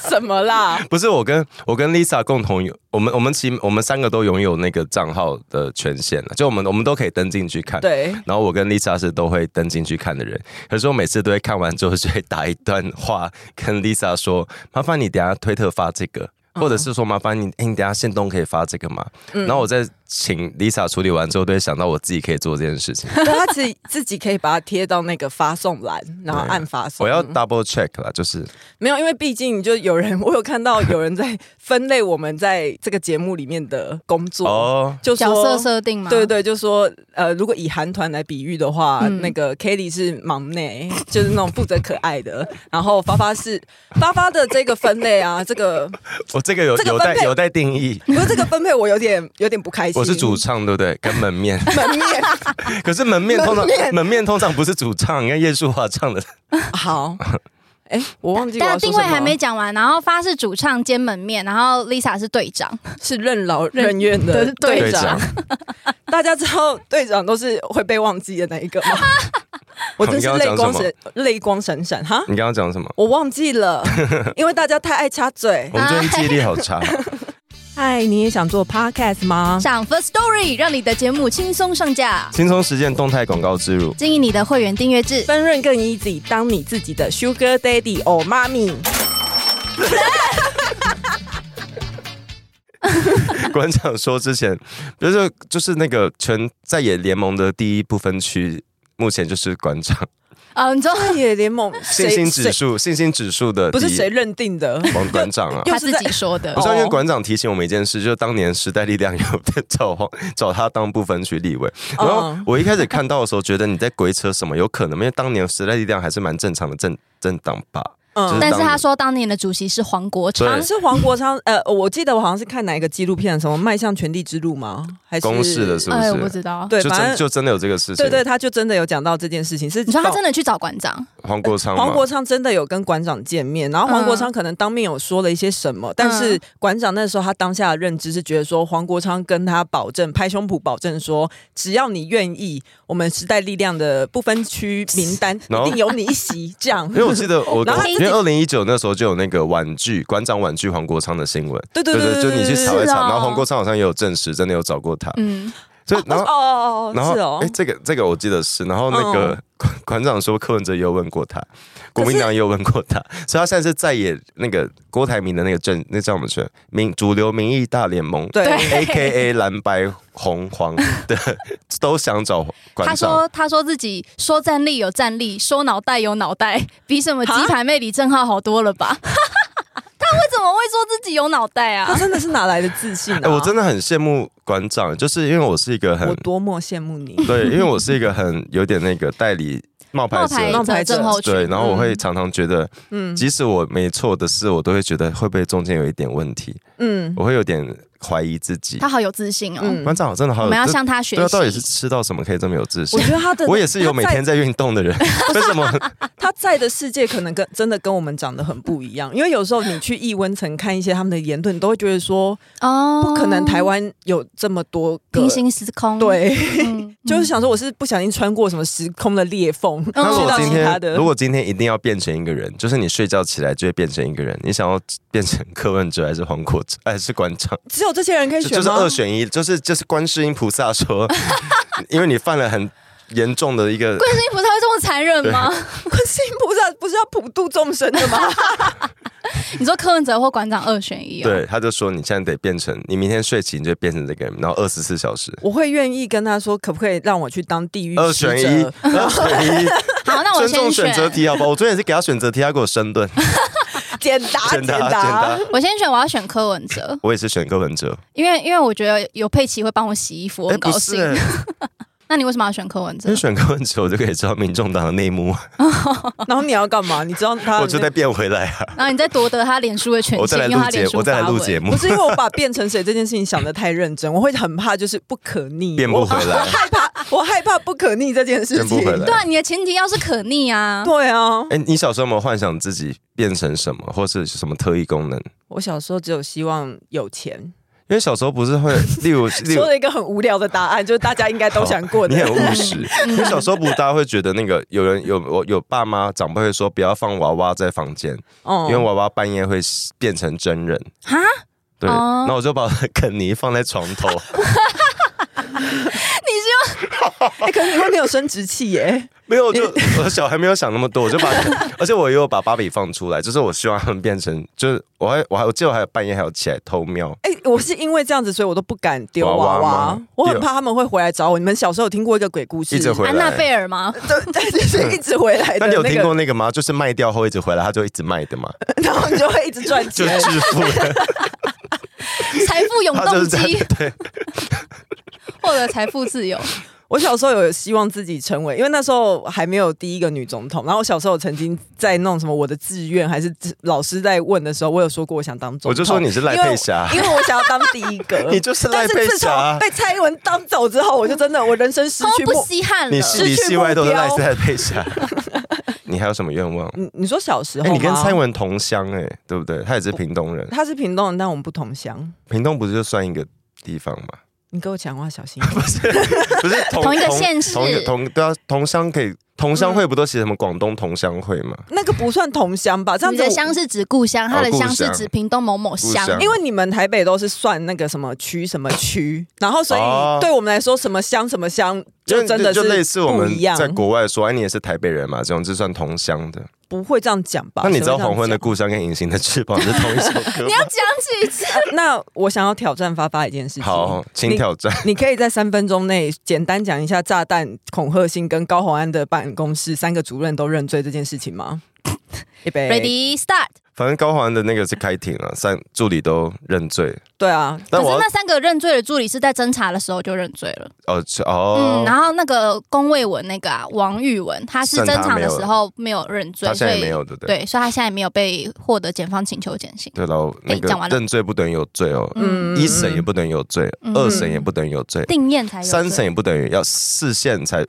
Speaker 1: 什么
Speaker 2: [LAUGHS]
Speaker 1: 啦？
Speaker 2: 不是我跟我跟 Lisa 共同有，我们我们其我们三个都拥有那个账号的权限了，就我们我们都可以登进去看。。
Speaker 1: 对， [LAUGHS]
Speaker 2: 然后我跟 Lisa 是都会登进去看的人，可是我每次都会看完之后就会打一段话跟 Lisa 说：“麻烦你等一下推特发这个，或者
Speaker 1: 嗯
Speaker 2: 是说麻烦你，哎、你等一下线动可以发这个吗？”然后我再请 Lisa 处理完之后，都会想到我自己可以做这件事情。
Speaker 1: 对他自己自己可以把它贴到那个发送栏，然后按发送。
Speaker 2: 啊我要 double check 啦，就是
Speaker 1: 没有，因为毕竟就有人，我有看到有人在分类我们在这个节目里面的工作，
Speaker 2: 哦，
Speaker 1: 就
Speaker 3: 角
Speaker 1: 说
Speaker 3: 色设定嘛，
Speaker 1: 对对，就说呃，如果以韩团来比喻的话，
Speaker 3: 嗯
Speaker 1: 那个 Kelly 是忙内，就是那种负责可爱的， [LAUGHS] 然后发发是发发的这个分类啊，这个
Speaker 2: 我这个有
Speaker 1: 这个
Speaker 2: 有
Speaker 1: 分
Speaker 2: 待
Speaker 1: 配
Speaker 2: 有待定义。
Speaker 1: 不是这个分配，我有点有点不开心。
Speaker 2: 我是主唱，对不对？跟门
Speaker 1: [LAUGHS]
Speaker 2: 面，
Speaker 1: 门
Speaker 2: [LAUGHS]
Speaker 1: 面
Speaker 2: 可是门面通
Speaker 1: 门
Speaker 2: 常
Speaker 1: 面
Speaker 2: 门面通常不是主唱，你看叶舒华唱的，
Speaker 1: 好，哎，我忘记我
Speaker 3: 但
Speaker 1: 要说
Speaker 3: 定
Speaker 1: 什
Speaker 3: 位
Speaker 1: 么
Speaker 3: 还没讲完，然后发是主唱兼门面，然后 Lisa 是队长，
Speaker 1: 是任劳任怨的
Speaker 3: 任队
Speaker 1: 队长，
Speaker 2: 长
Speaker 1: 大家知道队长都是会被忘记的那一个吗？ [LAUGHS] 我真是
Speaker 2: 你刚刚
Speaker 1: 泪
Speaker 2: 讲
Speaker 1: 光
Speaker 2: 什么
Speaker 1: 闪泪光闪闪哈，
Speaker 2: 你刚刚讲
Speaker 1: [LAUGHS]
Speaker 2: 什么？
Speaker 1: 我忘记
Speaker 2: [LAUGHS]
Speaker 1: 了，因为大家太爱插嘴
Speaker 2: 我。们最近记忆力好差。
Speaker 1: 哎嗨，你也想做 podcast 吗？
Speaker 3: 上 First Story 让你的节目轻松上架，
Speaker 2: 轻松实践动态广告植入，
Speaker 3: 经营你的会员订
Speaker 1: [LAUGHS]
Speaker 3: 阅制。
Speaker 1: 分润更 easy，当你自己的 sugar daddy 或妈咪。
Speaker 2: 馆长说之前，比如说就是那个全在野联盟的第一不分区，目前就是馆长
Speaker 3: 啊，你知道
Speaker 1: 野联盟谁
Speaker 2: 信心指
Speaker 1: 谁
Speaker 2: 数，信心指数的
Speaker 1: 不是
Speaker 2: 第一
Speaker 1: 谁认定的？
Speaker 2: 王馆长啊。
Speaker 1: 又
Speaker 3: 他
Speaker 1: 是
Speaker 3: 自
Speaker 1: 在
Speaker 3: 己
Speaker 2: [LAUGHS]
Speaker 3: 说的
Speaker 2: 我，知道，啊因为
Speaker 1: 哦
Speaker 2: 馆长提醒我们一件事，就是当年时代力量有在找黄 [LAUGHS] 找他当不分区立委，然后
Speaker 1: 嗯
Speaker 2: 我一开始看到的时候，觉得你在鬼扯什么，有可能，因为当年时代力量还是蛮正常的政政党吧。
Speaker 1: 嗯啊
Speaker 2: 知道
Speaker 3: 但是他说当年的主席是黄国昌
Speaker 2: 对，
Speaker 1: 是黄国昌，呃，我记得我好像是看哪一个纪录片，什么《迈向全地之路》吗？还是
Speaker 2: 公示的是不
Speaker 3: 哎，我不
Speaker 2: 是？
Speaker 3: 知道。
Speaker 1: 对，
Speaker 2: 就
Speaker 1: 反
Speaker 2: 真
Speaker 1: 正
Speaker 2: 就真的有这个事情。
Speaker 1: 对对，他就真的有讲到这件事情，是
Speaker 3: 你说他
Speaker 1: 到
Speaker 3: 真的去找馆长，
Speaker 2: 黄国昌嘛，
Speaker 1: 黄国昌真的有跟馆长见面，然后黄国昌可能当面有说了一些什么，但是馆长那时候他当下的认知是觉得说，黄国昌跟他保证拍胸脯保证说，只要你愿意，我们时代力量的不分区名单
Speaker 2: 然
Speaker 1: 一
Speaker 2: 后
Speaker 1: 定有你一席，这样
Speaker 2: 因。为我记得
Speaker 1: [LAUGHS]
Speaker 2: 我
Speaker 1: 然后他
Speaker 2: 因为二零一九那时候就有那个婉拒馆长婉拒黄国昌的新闻，
Speaker 1: 对对
Speaker 2: 对
Speaker 1: 对啊
Speaker 2: 就你去查
Speaker 3: 对
Speaker 2: 一查，
Speaker 3: 是哦
Speaker 2: 然后黄国昌好像也有证实真的有找过他，
Speaker 3: 嗯，
Speaker 2: 所以然
Speaker 1: 哦
Speaker 2: 后
Speaker 1: 哦
Speaker 2: 然
Speaker 1: 哦，
Speaker 2: 后
Speaker 1: 是哦嗯
Speaker 2: 哎，这个这个我记得是，然后那个 [LAUGHS] 馆馆长说柯文哲也有问过他，国民党也有问过他，所以他现在是在野那个郭台铭的那个政那叫什么权民主流民意大联盟。
Speaker 1: 对，
Speaker 2: A K A 蓝白
Speaker 1: [LAUGHS]
Speaker 2: 红黄的都想找
Speaker 3: 他
Speaker 2: 馆长，
Speaker 3: 说他说自己说战力有战力，说脑袋有脑袋， [LAUGHS] 比什么鸡排妹李正浩好多了吧？ [LAUGHS] 他为什么会说自己有脑袋
Speaker 1: 他
Speaker 3: 啊？
Speaker 2: [LAUGHS]
Speaker 1: 真的是哪来的自信
Speaker 2: 哎、
Speaker 1: 啊？
Speaker 2: 我真的很羡慕馆长，就是因为我是一个很
Speaker 1: 我多么羡慕你。
Speaker 2: 对，因为我是一个很有点那个代理冒牌
Speaker 3: 冒
Speaker 2: 者，
Speaker 3: 牌
Speaker 1: 冒牌者
Speaker 3: 症候群，
Speaker 2: 对，然后我会
Speaker 3: 嗯
Speaker 2: 常常觉得，
Speaker 1: 嗯
Speaker 2: 即使我没错的事，我都会觉得会不会中间有一点问题，
Speaker 1: 嗯，
Speaker 2: 我会有点怀疑自己
Speaker 3: 他。好有自信哦。
Speaker 1: 嗯
Speaker 2: 班长真的好
Speaker 3: 我
Speaker 2: 有，
Speaker 3: 们要
Speaker 2: 这
Speaker 3: 向他学
Speaker 2: 对啊，到底是
Speaker 3: 习。
Speaker 2: 吃到什么可以这么有自信
Speaker 1: 我？觉得他的
Speaker 2: 我也是有每天在运动的
Speaker 3: [LAUGHS]
Speaker 2: 人，为什么？
Speaker 1: 他在的世界可能跟真的跟我们长得很不一样，因为有时候你去易温层看一些他们的言论，你都会觉得说，
Speaker 3: 哦
Speaker 1: 不可能台湾有这么多个
Speaker 3: 平。行时空，
Speaker 1: 对， [LAUGHS]
Speaker 3: 嗯，
Speaker 1: 就是想说我是不小心穿过什么时空的裂缝，去
Speaker 3: 嗯
Speaker 2: 那如果
Speaker 1: 到
Speaker 2: 今
Speaker 1: 其他的
Speaker 2: 天，如。果今天一定要变成一个人，就是你睡觉起来就会变成一个人，你想要变成柯文哲还是黄国哲还是馆长？
Speaker 1: 只有这些人可以选
Speaker 2: 就
Speaker 1: 吗？
Speaker 2: 就是二选一，就是就是观世音菩萨
Speaker 3: [LAUGHS]
Speaker 2: 说，因为你犯了很严重的一个，
Speaker 3: 观世音菩萨会这么残忍吗？
Speaker 1: 观世音菩萨不是要普度众生的吗？
Speaker 3: [LAUGHS] 你说柯文哲或馆长二选一、哦，，
Speaker 2: 对，他就说你现在得变成，你明天睡起你就变成这个人，然后二十四小时。
Speaker 1: 我会愿意跟他说，可不可以让我去当地狱
Speaker 2: 二
Speaker 3: [LAUGHS]
Speaker 1: 使者
Speaker 2: 选一，二选一，
Speaker 3: 好，那我
Speaker 2: 尊重选
Speaker 3: 先选，
Speaker 2: 择题，好吧？我昨天也是给他选择题，他给我深蹲， [LAUGHS]
Speaker 1: 简答
Speaker 2: 简单简
Speaker 1: 答
Speaker 2: 单，。
Speaker 3: 我先选，我要选柯文哲，
Speaker 2: 我也是选柯文哲，
Speaker 3: 因为因为我觉得有佩奇会帮我洗衣服，我
Speaker 2: 哎，
Speaker 3: 很高
Speaker 2: 不
Speaker 3: 兴。
Speaker 2: 是，哎
Speaker 3: [LAUGHS] 那你为什么要选柯文哲
Speaker 2: 因为？选柯文哲，我就可以知道民众党的内幕，啊
Speaker 1: 然后你要干嘛？你知道他
Speaker 2: 我就再变回来
Speaker 3: [LAUGHS]
Speaker 2: 啊，
Speaker 3: 然后你再夺得他脸书的权
Speaker 2: 我再来
Speaker 3: 限，用
Speaker 2: 录
Speaker 3: 他
Speaker 2: 节
Speaker 3: 脸，
Speaker 2: 我
Speaker 3: 书
Speaker 2: 再来
Speaker 3: 发
Speaker 2: 录节
Speaker 3: 文。
Speaker 2: 目
Speaker 1: 不，
Speaker 2: [LAUGHS]
Speaker 1: 是因为我把变成谁这件事情想的太认真，我会很怕就是不可逆，
Speaker 2: 变不
Speaker 1: 我
Speaker 2: 回来。
Speaker 1: 害怕，我害怕不可逆这件事
Speaker 2: 变不
Speaker 1: 情。
Speaker 2: 回来
Speaker 3: 对啊，你的前提要是可逆啊。
Speaker 1: 对啊，
Speaker 2: 哎，你小时候有没有幻想自己变成什么，或是什么特异功能？
Speaker 1: 我小时候只有希望有钱，
Speaker 2: 因为小时候不是会，例
Speaker 3: [LAUGHS]
Speaker 2: 如，例如
Speaker 1: 说了一个很无聊的答案，就是大家应该都想过的
Speaker 2: 你。很务
Speaker 3: [LAUGHS]
Speaker 2: 实。
Speaker 3: 嗯
Speaker 2: 因为小时候不，大家会觉得那个有人有我有爸妈长辈会说不要放娃娃在房间，
Speaker 1: 哦
Speaker 2: 因为娃娃半夜会变成真人。
Speaker 3: 哈，
Speaker 2: 对，
Speaker 3: 哦
Speaker 2: 那、我就把肯尼放在床
Speaker 3: [LAUGHS]
Speaker 2: 头，
Speaker 1: 哎，可是你会没有生殖器耶？
Speaker 2: 没有，我就我的小孩没有想那么多，我就把， [LAUGHS] 而且我也有把芭比放出来，就是我希望他们变成，就是我还我还我记得我还有半夜还有起来偷瞄，
Speaker 1: 哎，我是因为这样子，所以我都不敢丢娃
Speaker 2: 娃娃
Speaker 1: 娃
Speaker 2: 吗，
Speaker 1: 我很怕他们会回来找我。你们小时候有听过一个鬼故事？
Speaker 2: 一直回
Speaker 3: 安娜
Speaker 2: 来。
Speaker 3: 贝尔吗？
Speaker 1: 对，对，就是一直回来的
Speaker 2: 那你有
Speaker 1: 哎那
Speaker 2: 听过
Speaker 1: 个，
Speaker 2: 那个吗？就是卖掉后一直回来，他就一直卖的
Speaker 3: [LAUGHS]
Speaker 2: 嘛，
Speaker 1: 然后你就会一直赚
Speaker 2: 就
Speaker 1: 钱。
Speaker 2: 致富的，
Speaker 3: 财富永
Speaker 2: 他就
Speaker 3: 动
Speaker 2: 是在
Speaker 3: 机，
Speaker 2: [LAUGHS] 对，
Speaker 3: 获得财富自由。
Speaker 1: 我小时候有希望自己成为，因为那时候还没有第一个女总统。然后我小时候曾经在弄什么我的志愿，还是老师在问的时候，我有说过我想当总统。
Speaker 2: 我就说你是赖佩霞
Speaker 1: 因为我因为我想要当第一个
Speaker 2: [LAUGHS] 。你就是赖
Speaker 1: 但
Speaker 2: 佩
Speaker 1: 是自
Speaker 2: 霞
Speaker 1: 从被蔡英文当走之后，我就真的我人生失
Speaker 3: 好
Speaker 1: 去
Speaker 3: 哦不
Speaker 1: 目。
Speaker 3: 稀罕了
Speaker 2: 你。戏里戏外都是赖在配下。 [LAUGHS] 你还有什么愿望？
Speaker 1: 你你说小时
Speaker 2: 哎、
Speaker 1: 候吗？
Speaker 2: 你跟蔡英文同乡哎、对不对？他也是屏东人，
Speaker 1: 他是屏东人，但我们不同乡。
Speaker 2: 屏东不是就算一个地方吗？
Speaker 1: 你跟我讲话小心一点。
Speaker 2: [LAUGHS] 不是同
Speaker 3: 同一个县市
Speaker 2: 同一个同对啊，同乡可以同乡会不都写什么广东同乡会吗？
Speaker 1: 那个不算同乡吧？这样
Speaker 3: 你
Speaker 1: 子
Speaker 3: 的乡是指故乡，他的
Speaker 2: 哦故
Speaker 3: 乡是
Speaker 2: 乡
Speaker 3: 指屏东某某乡
Speaker 2: 故。乡
Speaker 1: 因为你们台北都是算那个什么区什么区，然后所
Speaker 2: 哦
Speaker 1: 以对我们来说什么乡什么乡就真的
Speaker 2: 就是类似我
Speaker 1: 不
Speaker 2: 们
Speaker 1: 一样
Speaker 2: 在，国外说，哎，你也是台北人嘛，这种就算同乡的。
Speaker 1: 不会这样讲吧？
Speaker 2: 那你知道《
Speaker 1: 谁会这样
Speaker 2: 黄昏的
Speaker 1: 讲
Speaker 2: 故乡》跟《隐形的翅膀》是同一
Speaker 1: [LAUGHS]
Speaker 2: 首歌
Speaker 3: 你
Speaker 2: 吗？
Speaker 3: 要讲
Speaker 2: [LAUGHS]
Speaker 3: 几次？
Speaker 1: 啊那我想要挑战发发一件事情。
Speaker 2: 好，请挑战。
Speaker 1: 你可以在三分钟内简单讲一下炸弹恐吓信跟高鸿安的办公室三个主任都认罪这件事情
Speaker 3: [LAUGHS]
Speaker 1: 吗？预
Speaker 2: 哎
Speaker 1: 备
Speaker 3: Ready start。
Speaker 2: 反正高环的那个是开庭了，三助理都认罪，
Speaker 1: 对啊，
Speaker 3: 可
Speaker 2: 但我
Speaker 3: 是
Speaker 2: 要
Speaker 3: 那三个认罪的助理是在侦查的时候就认罪了。
Speaker 2: 哦是哦
Speaker 3: 嗯，，然后那个龚卫文那个啊，王玉文，他是
Speaker 2: 剩他
Speaker 3: 侦查
Speaker 2: 没
Speaker 3: 的
Speaker 2: 有
Speaker 3: 时候没有认罪，
Speaker 2: 他现
Speaker 3: 所
Speaker 2: 在也
Speaker 3: 以
Speaker 2: 没有，对不对？
Speaker 3: 对，所以他现在没有被获得检方请求减刑。
Speaker 2: 对了，那
Speaker 3: 哎讲
Speaker 2: 个
Speaker 3: 完了
Speaker 2: 认罪不等于有罪哦，
Speaker 3: 嗯，
Speaker 2: 一审也不等于有罪，
Speaker 3: 嗯
Speaker 2: 二审也不等于有罪，
Speaker 3: 定验才有罪
Speaker 2: 三审也不等于要四线才。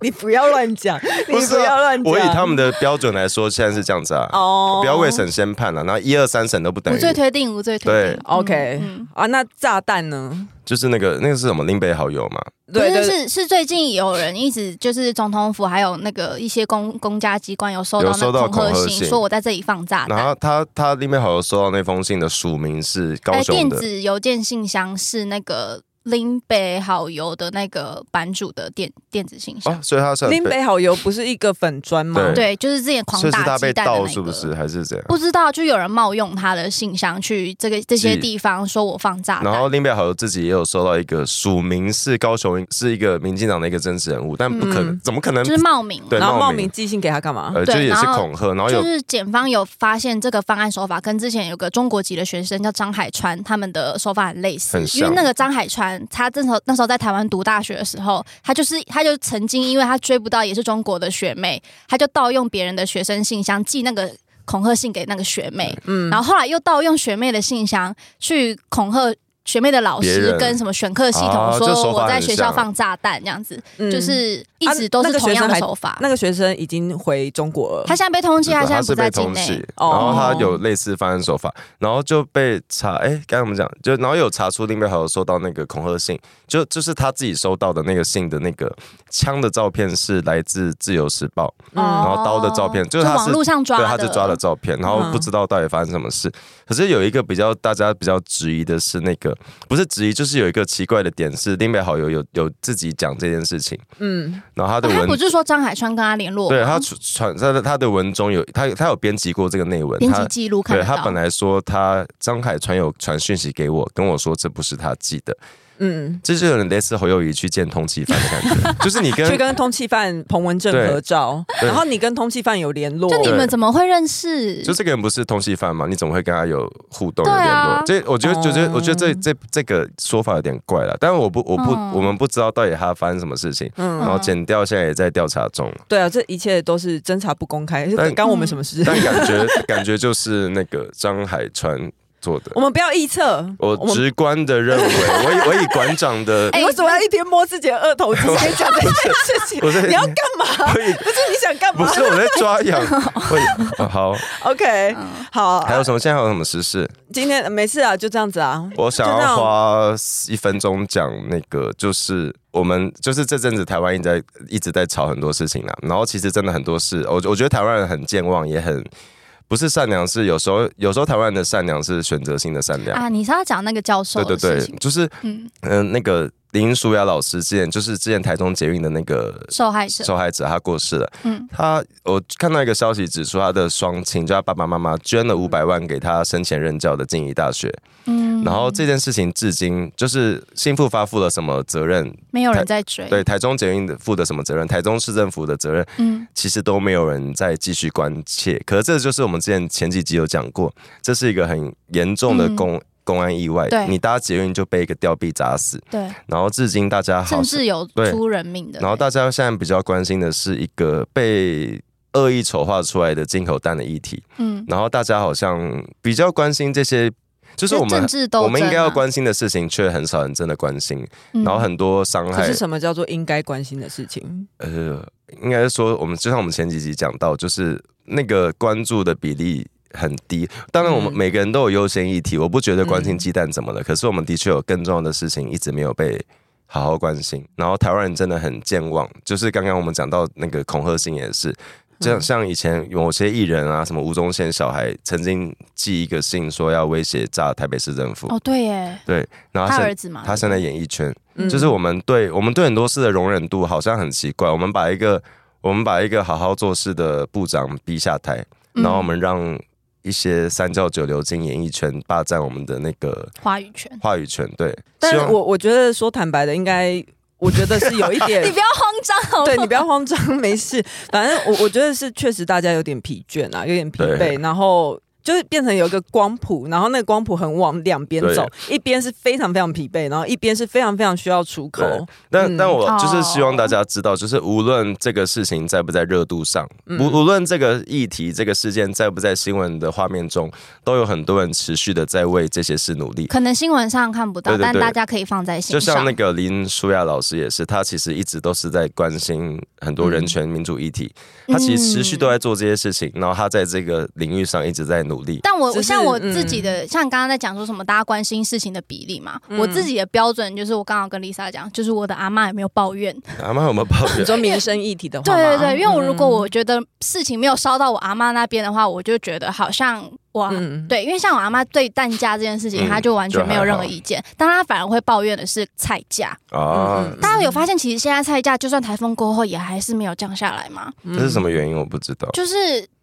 Speaker 1: 你不要乱
Speaker 2: [LAUGHS]
Speaker 1: 讲，你不
Speaker 2: 是啊
Speaker 1: 要乱讲。
Speaker 2: 我以他们的标准来说，现在是这样子啊，
Speaker 1: 哦
Speaker 2: 不要未审先判了，然后一二三审都不等
Speaker 3: 无
Speaker 2: 于，
Speaker 3: 罪推定，无罪推
Speaker 2: 对。
Speaker 3: 定嗯
Speaker 1: OK
Speaker 3: 嗯
Speaker 1: 啊，那炸弹呢？
Speaker 2: 就是那个那个是什么林北好友嘛，
Speaker 1: 对
Speaker 3: 不
Speaker 1: 对
Speaker 3: 是是是最近有人一直就是总统府还有那个一些公公家机关有收到
Speaker 2: 有收
Speaker 3: 那
Speaker 2: 到
Speaker 3: 个恐吓
Speaker 2: 恐吓
Speaker 3: 信，
Speaker 2: 信
Speaker 3: 说我在这里放炸
Speaker 2: 然
Speaker 3: 弹。
Speaker 2: 后他他林北好友收到那封信的署名是高
Speaker 3: 哎，
Speaker 2: 雄
Speaker 3: 电
Speaker 2: 的，
Speaker 3: 子邮件信箱是那个林北好友的那个版主的电电子信箱
Speaker 2: 哦，。所以他是
Speaker 1: 林北好油不是一个粉砖吗？
Speaker 2: 对
Speaker 3: 对，就是之前狂
Speaker 2: 所以是
Speaker 3: 打
Speaker 2: 他被
Speaker 3: 鸡蛋的那
Speaker 2: 盗
Speaker 3: 个，
Speaker 2: 是不是还是怎样？
Speaker 3: 不知道，就有人冒用他的信箱去这个这些
Speaker 2: 寄
Speaker 3: 地方说我放炸
Speaker 2: 然后
Speaker 3: 弹。
Speaker 2: 林北好友自己也有收到一个署名是高雄是一个民进党的一个真实人物，但不可能，
Speaker 1: 嗯
Speaker 2: 怎么可能
Speaker 3: 就是冒名啊，
Speaker 2: 对
Speaker 1: 然后
Speaker 2: 冒
Speaker 1: 冒
Speaker 2: 名
Speaker 1: 名寄信给他干嘛？
Speaker 2: 呃，
Speaker 3: 对
Speaker 2: 就也
Speaker 3: 然
Speaker 2: 是
Speaker 3: 后
Speaker 2: 恐吓，然后有
Speaker 3: 就是检方有发现这个方案手法跟之前有个中国籍的学生叫张海川，他们的手法很类似
Speaker 2: 很，
Speaker 3: 因
Speaker 2: 像
Speaker 3: 为那个张海川他那时候那时候在台湾读大学的时候，他就是他就曾经因为他追不到也是中国的学妹，他就盗用别人的学生信箱寄那个。恐吓信给那个学妹，嗯，然后后来又盗用学妹的信箱去恐吓学妹的老
Speaker 2: 别
Speaker 3: 师
Speaker 2: 人
Speaker 3: 跟什么选课系
Speaker 2: 啊
Speaker 3: 统，
Speaker 2: 这手
Speaker 3: 说
Speaker 2: 法
Speaker 3: 我在
Speaker 2: 很
Speaker 3: 学校
Speaker 2: 像
Speaker 3: 放炸弹这样子，
Speaker 1: 嗯
Speaker 3: 就是一
Speaker 1: 啊
Speaker 3: 直都
Speaker 1: 那
Speaker 3: 是
Speaker 1: 个学
Speaker 3: 同样
Speaker 1: 生
Speaker 3: 的
Speaker 1: 还
Speaker 3: 手法。
Speaker 1: 那个学生已经回中国了，
Speaker 3: 他现在被通缉，他现在不
Speaker 2: 嗯是
Speaker 3: 在
Speaker 2: 被
Speaker 3: 境
Speaker 2: 通
Speaker 3: 内
Speaker 2: 缉，。
Speaker 1: 哦
Speaker 2: 然后他有类似犯案手法，然后就被查，哎，该怎么讲？就然后有查出林北好友收到那个恐吓信，就就是他自己收到的那个信的那个枪的照片是来自《自由时报》，
Speaker 3: 哦
Speaker 2: 然后刀的照片就是他是
Speaker 3: 网络上抓
Speaker 2: 对，
Speaker 3: 的，
Speaker 2: 他就抓了照片，然后不知道到底发生什么事。可是有一个比较大家比较质疑的是那个，不是质疑，就是有一个奇怪的点是林北好友有有自己讲这件事情，
Speaker 1: 嗯，
Speaker 2: 然后他的
Speaker 3: 哦他
Speaker 2: 文
Speaker 3: 不是说张海川跟他联络吗，
Speaker 2: 对他传他的他的文中有他他有编辑过这个内文，
Speaker 3: 编
Speaker 2: 他
Speaker 3: 辑记录看
Speaker 2: 对
Speaker 3: 得到。
Speaker 2: 他本来说他张海川有传讯息给我，跟我说这不是他寄的，
Speaker 1: 嗯，
Speaker 2: 这就有点类似侯友谊去见通缉犯的感 [LAUGHS] 觉，就是你跟
Speaker 1: 去跟通缉犯彭文正
Speaker 2: 对
Speaker 1: 合照，
Speaker 2: 对
Speaker 1: 然后你跟通缉犯有联络，
Speaker 3: 就你们怎么会认识？
Speaker 2: 就这个人不是通缉犯吗？你怎么会跟他有互动、有
Speaker 3: 对
Speaker 2: 联
Speaker 3: 啊
Speaker 2: 络？这我觉得，
Speaker 1: 哦
Speaker 2: 我觉得，我觉得这这这个说法有点怪了。但我不，我不，
Speaker 3: 嗯
Speaker 2: 我们不知道到底他发生什么事情。然
Speaker 1: 嗯，
Speaker 2: 后剪掉现在也在调查 [LAUGHS] 中，
Speaker 1: 对啊，这一切都是侦查不公开，
Speaker 2: 但
Speaker 1: 干我们什么事？
Speaker 2: 但感觉感觉就是那个张海川做的
Speaker 1: [LAUGHS] 我。们不要臆测，
Speaker 2: 我
Speaker 1: 我们
Speaker 2: 直观的认为，我以我以馆长的， [LAUGHS]
Speaker 1: 你为什么要一边摸自己的额头，直接讲这件事情？
Speaker 2: 我在
Speaker 1: 你要干嘛？ [LAUGHS]
Speaker 2: 我以
Speaker 1: 不是你想干
Speaker 2: [LAUGHS] 不
Speaker 1: 嘛
Speaker 2: 是我在抓痒。我以哦好，
Speaker 1: ？OK，好，
Speaker 3: 嗯
Speaker 2: 还有什么？现在还有什么时事？
Speaker 1: 今天没事啊，就这样子啊。
Speaker 2: 我想
Speaker 1: 就这
Speaker 2: 要
Speaker 1: 样
Speaker 2: 花一分钟讲那个，就是我们就是这阵子台湾一直在一直在吵很多事情啦，啊然后其实真的很多事，我我觉得台湾人很健忘，也很不是善良，是有时候有时候台湾人的善良是选择性的善良，
Speaker 3: 啊，你是要讲那个教授
Speaker 2: 对对
Speaker 3: 的
Speaker 2: 对
Speaker 3: 事情，，
Speaker 2: 就是
Speaker 3: 嗯，
Speaker 2: 嗯、那个林淑雅老师之前就是之前台中捷运的那个
Speaker 3: 受害者，
Speaker 2: 受害者，他过世了。
Speaker 3: 嗯，
Speaker 2: 他我看到一个消息指出，他的双亲就他爸爸妈妈捐了五百万给他生前任教的静宜大学。
Speaker 3: 嗯
Speaker 2: 然后这件事情至今就是新复发负了什么责任？
Speaker 3: 没有人在追，
Speaker 2: 对，台中捷运的负的什么责任？台中市政府的责任，
Speaker 3: 嗯，
Speaker 2: 其实都没有人再继续关切。可是这就是我们之前前几集有讲过，这是一个很严重的
Speaker 3: 嗯
Speaker 2: 公、公安意外
Speaker 3: 对。
Speaker 2: 你搭捷运就被一个吊臂砸死，
Speaker 3: 对，
Speaker 2: 然后至今大家啊好
Speaker 3: 甚
Speaker 2: 像
Speaker 3: 至有
Speaker 2: 对
Speaker 3: 出人命的，
Speaker 2: 然后大家现在比较关心的是一个被恶意丑化出来的进口蛋的议题，
Speaker 3: 嗯，
Speaker 2: 然后大家好像比较关心这些，就是我们
Speaker 3: 政。治斗争啊，
Speaker 2: 我们应该要关心的事情，却很少人真的关心。
Speaker 3: 嗯，
Speaker 2: 然后很多伤
Speaker 1: 可
Speaker 2: 害
Speaker 1: 是，什么叫做应该关心的事情？
Speaker 2: 呃，应该是说，我们就像我们前几集讲到，就是那个关注的比例很低。当然，我们
Speaker 1: 嗯
Speaker 2: 每个人都有优先议题，我不觉得关心
Speaker 1: 嗯
Speaker 2: 鸡蛋怎么了，可是我们的确有更重要的事情一直没有被好好关心。然后台湾人真的很健忘，就是刚刚我们讲到那个恐吓性也是。像像以前有些艺人啊，什么吴宗宪小孩曾经寄一个信说要威胁炸台北市政府，
Speaker 3: 哦，对耶，
Speaker 2: 然后
Speaker 3: 他
Speaker 2: 他
Speaker 3: 儿
Speaker 2: 现
Speaker 3: 子嘛，
Speaker 2: 他现在演艺圈，
Speaker 1: 嗯
Speaker 2: 就是我们对我们对很多事的容忍度好像很奇怪，我们把一个我们把一个好好做事的部长逼下台，
Speaker 3: 嗯
Speaker 2: 然后我们让一些三教九流进演艺圈，霸占我们的那个
Speaker 3: 话语权，
Speaker 2: 话语权。对，
Speaker 1: 但
Speaker 2: 希
Speaker 1: 是
Speaker 2: 望
Speaker 1: 我我觉得说坦白的，应该我觉得是有一点
Speaker 3: [LAUGHS] 你不要慌张，好
Speaker 1: 对
Speaker 3: 吗
Speaker 1: 你不要慌张， [LAUGHS] 没事。反正我我觉得是确实大家有点疲倦啊，有点疲
Speaker 2: 对
Speaker 1: 惫，然后。就是变成有一个光谱，然后那个光谱很往两边走，一边是非常非常疲惫，然后一边是非常非常需要出口。
Speaker 2: 对但
Speaker 1: 嗯
Speaker 2: 但我就是
Speaker 3: 哦
Speaker 2: 希望大家知道，就是无论这个事情在不在热度上，
Speaker 1: 嗯
Speaker 2: 无无论这个议题、这个事件在不在新闻的画面中，都有很多人持续的在为这些事努力。
Speaker 3: 可能新闻上看不到，
Speaker 2: 对对
Speaker 3: 但
Speaker 2: 对
Speaker 3: 大家可以放在心
Speaker 2: 就像
Speaker 3: 上。
Speaker 2: 那个林舒雅老师也是，她其实一直都是在关心很多
Speaker 3: 嗯
Speaker 2: 人权民主议题，她其实持续都在做这些事情，然后她在这个领域上一直在努力。
Speaker 3: 但我
Speaker 1: 只是
Speaker 3: 像我自己的，像刚刚在讲说什么大家关心事情的比例嘛，我自己的标准就是我刚好跟 Lisa 讲，就是我的阿嬷有没有抱怨。
Speaker 2: 阿妈有没有
Speaker 3: [LAUGHS]
Speaker 2: 抱
Speaker 1: 你
Speaker 2: 怨？
Speaker 1: 说民生议题的话
Speaker 3: 对
Speaker 1: 吗，
Speaker 3: 对对，因为我如果
Speaker 1: 嗯
Speaker 3: 我觉得事情没有烧到我阿嬷那边的话，我就觉得好像哇，
Speaker 1: 嗯
Speaker 3: 对，因为像我阿嬷对蛋价这件事
Speaker 2: 嗯
Speaker 3: 情，她就完全没有任何
Speaker 2: 就还好
Speaker 3: 意见，但她反而会抱怨的是菜价。
Speaker 2: 啊，
Speaker 1: 嗯
Speaker 3: 大家有发现，其实现在菜价就算台风过后，也还是没有降下来吗？
Speaker 2: 这是什么原因？我不知道。
Speaker 3: 嗯就是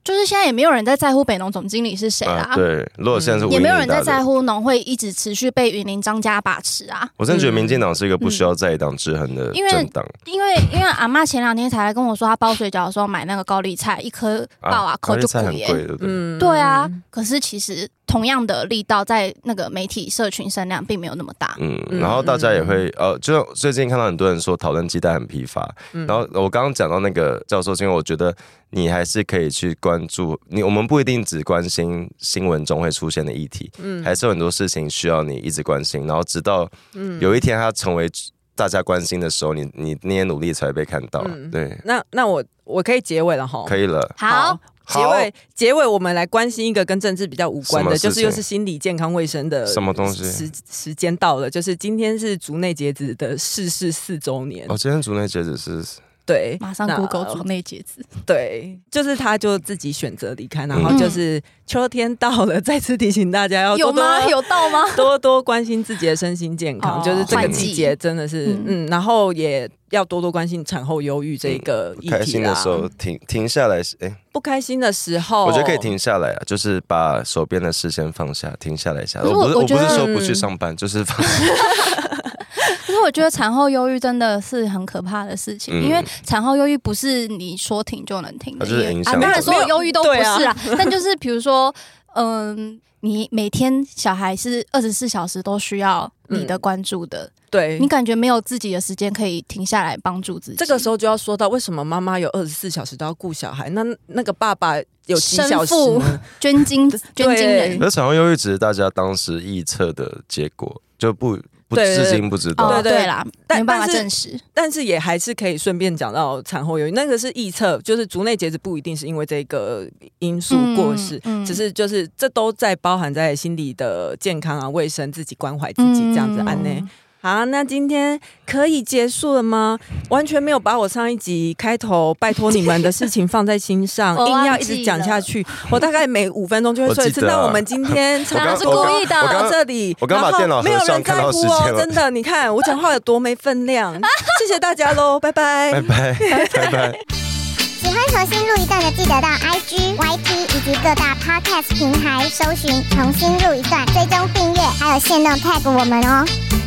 Speaker 3: 就是现在也没有人在在乎北农总经理是谁啦，
Speaker 2: 啊，对，如果现在是
Speaker 3: 也
Speaker 2: 无
Speaker 3: 没
Speaker 2: 名
Speaker 3: 有人在
Speaker 2: 大
Speaker 3: 在
Speaker 2: 的，
Speaker 3: 乎农会一直持续被云林张家把持啊。
Speaker 2: 我真的觉得民进党是一个不需要在党制衡的
Speaker 3: 嗯因为
Speaker 2: 政党。
Speaker 3: 因为因为阿妈前两天才来跟我说，她包水饺的时候买那个高丽菜，一颗爆啊
Speaker 2: 高
Speaker 3: 扣
Speaker 2: 丽
Speaker 3: 就
Speaker 2: 菜
Speaker 3: 贵
Speaker 2: 很
Speaker 3: 耶、
Speaker 2: 贵，对不对？
Speaker 1: 嗯
Speaker 3: 对啊，，可是其实同样的力道在那个媒体社群声量并没有那么大。
Speaker 2: 嗯，
Speaker 1: 嗯
Speaker 2: 然后大家也会呃，就是最近看到很多人说讨论鸡蛋很疲乏，
Speaker 1: 嗯
Speaker 2: 然后我刚刚讲到那个教授，是因为我觉得你还是可以去关注你，我们不一定只关心新闻中会出现的议题，
Speaker 1: 嗯
Speaker 2: 还是有很多事情需要你一直关心，然后直到
Speaker 1: 嗯
Speaker 2: 有一天它成为大家关心的时候，你你那些努力才会被看到。
Speaker 1: 嗯
Speaker 2: 对，
Speaker 1: 那那我我可以结尾了哈，
Speaker 2: 可以了。
Speaker 3: 好，
Speaker 1: 结
Speaker 2: 好
Speaker 1: 尾结尾，我们来关心一个跟政治比较无关
Speaker 2: 什么
Speaker 1: 的，
Speaker 2: 事情
Speaker 1: 就是又是心理健康卫生的
Speaker 2: 什么东西
Speaker 1: 时时间到了，就是今天是竹内结子的逝世四周年，
Speaker 2: 哦，今天竹内结子是
Speaker 1: 对，
Speaker 3: 马上
Speaker 1: 那
Speaker 3: Google 组内截子，
Speaker 1: 对，就是他就自己选择离开，然后就是秋天到了，再次提醒大家要
Speaker 3: 嗯有
Speaker 1: 多多啊
Speaker 3: 吗？有到吗？ [LAUGHS]
Speaker 1: 多多关心自己的身心健康，
Speaker 3: 哦
Speaker 1: 就是这个
Speaker 2: 换
Speaker 1: 季
Speaker 3: 季
Speaker 1: 节真的是嗯
Speaker 3: 嗯
Speaker 1: 然后也要多多关心产后忧郁这个议题啦。
Speaker 2: 开心的时候停停下来，哎，
Speaker 1: 不开心的时候，
Speaker 2: 我觉得可以停下来啊，就是把手边的事先放下，停下来一下。
Speaker 3: 可是
Speaker 2: 我不是
Speaker 3: 我
Speaker 2: 我
Speaker 3: 我觉
Speaker 2: 不
Speaker 3: 得
Speaker 2: 是说不去上班，就是放
Speaker 3: 为我觉得产后忧郁真的是很可怕的事情，
Speaker 2: 嗯
Speaker 3: 因为产后忧郁不是你说停就能停
Speaker 2: [LAUGHS]
Speaker 3: 的，
Speaker 2: 它就是
Speaker 3: 也
Speaker 2: 影
Speaker 3: 啊，
Speaker 2: 响
Speaker 3: 当然所有忧郁都不是
Speaker 1: 对
Speaker 3: 啦，
Speaker 1: [LAUGHS]
Speaker 3: 但就是比如说，嗯，你每天小孩是二十四小时都需要你的关注的，
Speaker 1: 对
Speaker 3: 你，感觉没有自己的时间可以停下来帮助自己，
Speaker 1: 这个时候就要说到为什么妈妈有二十四小时都要顾小孩，那那个爸爸有几小时
Speaker 3: 生
Speaker 1: 呢？
Speaker 3: 捐精捐精人
Speaker 1: 对。
Speaker 2: 那产后忧郁只是大家当时臆测的结果，就不不
Speaker 1: 对对
Speaker 2: 至
Speaker 1: 对
Speaker 2: 今不知道。
Speaker 3: 哦，
Speaker 1: 对对
Speaker 3: 对啦，
Speaker 1: 但
Speaker 3: 没办法
Speaker 1: 但是
Speaker 3: 证实。
Speaker 1: [LAUGHS] 但是也还是可以顺便讲到产后忧郁，那个是臆测，就是足内结子不一定是因为这个因素过世，
Speaker 3: 嗯嗯
Speaker 1: 只是就是这都在包含在心理的健康啊、卫生、自己关怀自
Speaker 3: 嗯
Speaker 1: 己这样子安内。好，那今天可以结束了吗？完全没有把我上一集开头拜托你们的事情放在心上，
Speaker 3: [LAUGHS] 我忘
Speaker 1: 硬
Speaker 3: 记
Speaker 1: 要一直讲下去。我大概每五分钟就会说一次。
Speaker 2: 我记得啊
Speaker 1: 那我们今天
Speaker 2: 我刚
Speaker 3: 是故意的
Speaker 2: 我刚
Speaker 1: 到这里，
Speaker 2: 我刚把
Speaker 1: 然后
Speaker 2: 电脑合
Speaker 1: 没有人
Speaker 2: 上看
Speaker 1: 在
Speaker 2: 到
Speaker 1: 乎
Speaker 2: 时
Speaker 1: 哦
Speaker 2: 间，了
Speaker 1: 真的，你看我讲话有多没分量。谢谢大家喽，拜拜
Speaker 2: 拜。拜拜拜。 [LAUGHS]
Speaker 4: 喜欢重新录一段的，记得到 IG、YT 以及各大 Podcast 平台搜寻“重新录一段”，追踪订阅，还有限定 tag 我们哦。